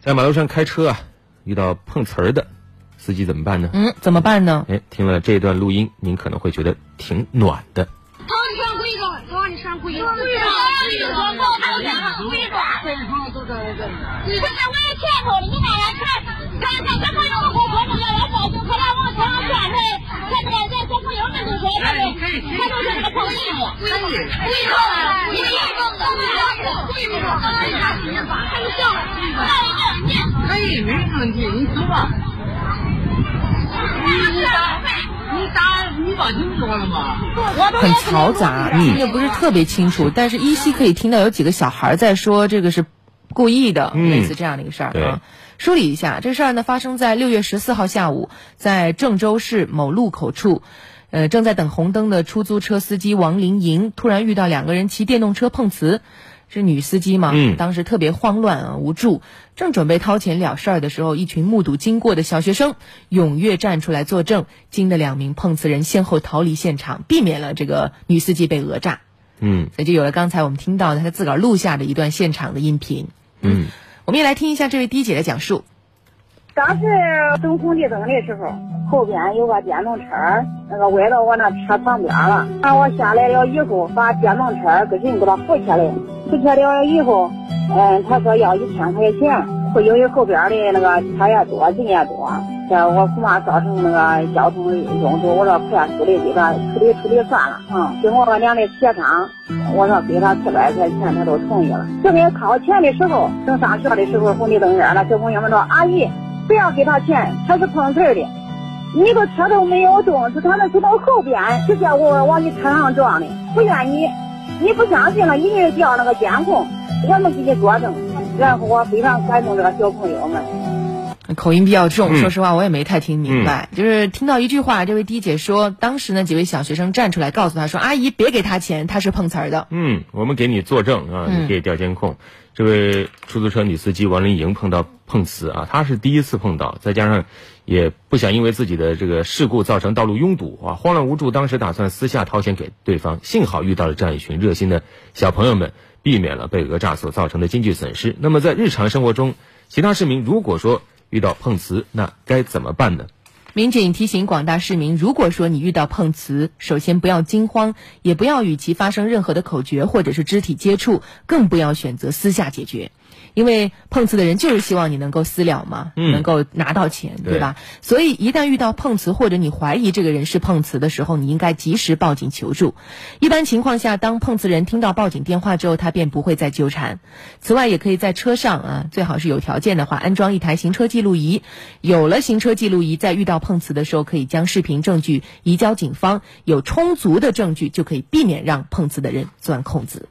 在马路上开车啊，遇到碰瓷儿的司机怎么办呢？嗯，怎么办呢？哎，听了这段录音，您可能会觉得挺暖的。都让你穿规装，都让你穿规装，规装，规装，包保险，规装。你现在我也欠口了，你哪来看？刚才刚看到我我你要来保护，可让我从转出来，看不了在中不由那种人，他都他都是那个同意的，规装，规装，你也弄的，规装，规装，他就笑了，大人叫人可以，哎没问题，你走吧。你打你把清楚了吗？很嘈杂，嗯听得不是特别清楚，但是依稀可以听到有几个小孩在说这个是故意的，嗯类似这样的一个事儿对啊。梳理一下，这事儿呢发生在六月十四号下午，在郑州市某路口处，呃，正在等红灯的出租车司机王林莹突然遇到两个人骑电动车碰瓷，是女司机嘛？嗯当时特别慌乱啊，无助，正准备掏钱了事儿的时候，一群目睹经过的小学生踊跃站出来作证，惊得两名碰瓷人先后逃离现场，避免了这个女司机被讹诈，嗯所以就有了刚才我们听到的她自个儿录下的一段现场的音频。嗯我们也来听一下这位滴姐的讲述。当时等红绿灯的时候，后边有个电动车，那个歪到我那车旁边了。那我下来了以后，把电动车给人给他扶起来，扶起来以后，嗯，他说要一千块钱，会因为后边的那个车也多，人也多，这我恐怕造成那个交通拥堵。我说快处理给他处理处理算了，嗯，经过我俩的协商，我说给他四百块钱，他都同意了。正给掏钱的时候，正上学的时候，红绿灯边儿那小朋友们说：“阿姨，不要给他钱，他是碰瓷儿的。你个车都没有动，是他们走到后边，直接我往你车上撞的。不愿意，你不相信了，一定调那个监控，我们给你作证。然后我非常感动这个小朋友们。口音比较重，嗯说实话我也没太听明白。就是听到一句话，这位滴姐说，当时呢几位小学生站出来告诉她说：“阿姨别给他钱，他是碰瓷儿的。嗯，我们给你作证啊，嗯你可以调监控。这位出租车女司机王林莹碰到碰瓷啊，她是第一次碰到，再加上也不想因为自己的这个事故造成道路拥堵啊，慌乱无助，当时打算私下掏钱给对方，幸好遇到了这样一群热心的小朋友们，避免了被讹诈所造成的经济损失。那么在日常生活中，其他市民如果说遇到碰瓷，那该怎么办呢？”民警提醒广大市民，如果说你遇到碰瓷，首先不要惊慌，也不要与其发生任何的口角或者是肢体接触，更不要选择私下解决，因为碰瓷的人就是希望你能够私了嘛，嗯能够拿到钱，对对吧？所以一旦遇到碰瓷或者你怀疑这个人是碰瓷的时候，你应该及时报警求助。一般情况下，当碰瓷人听到报警电话之后，他便不会再纠缠。此外，也可以在车上啊，最好是有条件的话，安装一台行车记录仪。有了行车记录仪，在遇到碰瓷的时候，可以将视频证据移交警方，有充足的证据就可以避免让碰瓷的人钻空子。